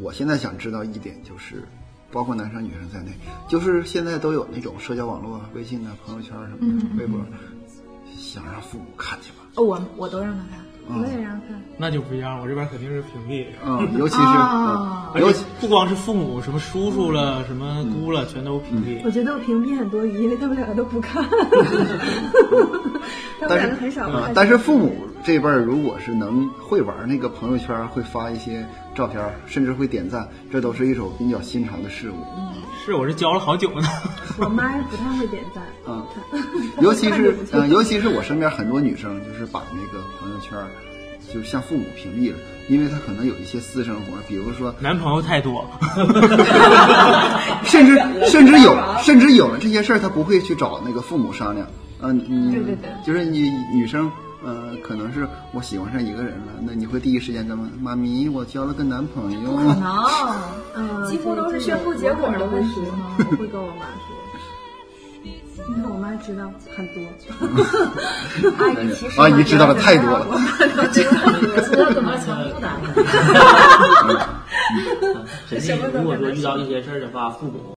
我现在想知道一点就是，包括男生女生在内，就是现在都有那种社交网络啊，微信啊、朋友圈什么的，嗯微博，想让父母看见吗？哦，我我都让他看，我也让他看。那就不一样，我这边肯定是屏蔽。嗯，尤其是、啊嗯、而尤且其不光是父母，什么叔叔了，什么姑了，全都屏蔽。我觉得我屏蔽很多余，因为他们两个都不 看，他们但两是个很少啊看。但是父母这辈儿如果是能会玩那个朋友圈，会发一些照片，甚至会点赞，这都是一种比较新潮的事物。是，我是教了好久呢。我妈也不太会点赞， 嗯她尤其看是着不错嗯、尤其是我身边很多女生，就是把那个朋友圈儿，就是向父母屏蔽了，因为她可能有一些私生活，比如说，男朋友太多，甚 至甚至有啊甚至有了这些事儿，她不会去找那个父母商量。嗯、你对对对就是你女生。呃，可能是我喜欢上一个人了，那你会第一时间跟妈妈咪，我交了个男朋友。 能。嗯，几乎都是宣布结果的问题吗？我会跟我妈说。你看我妈知道很 多， 阿姨其实阿姨知道的太多了。 知道怎么强迫的。沈丽，如果说遇到一些事儿的话，父母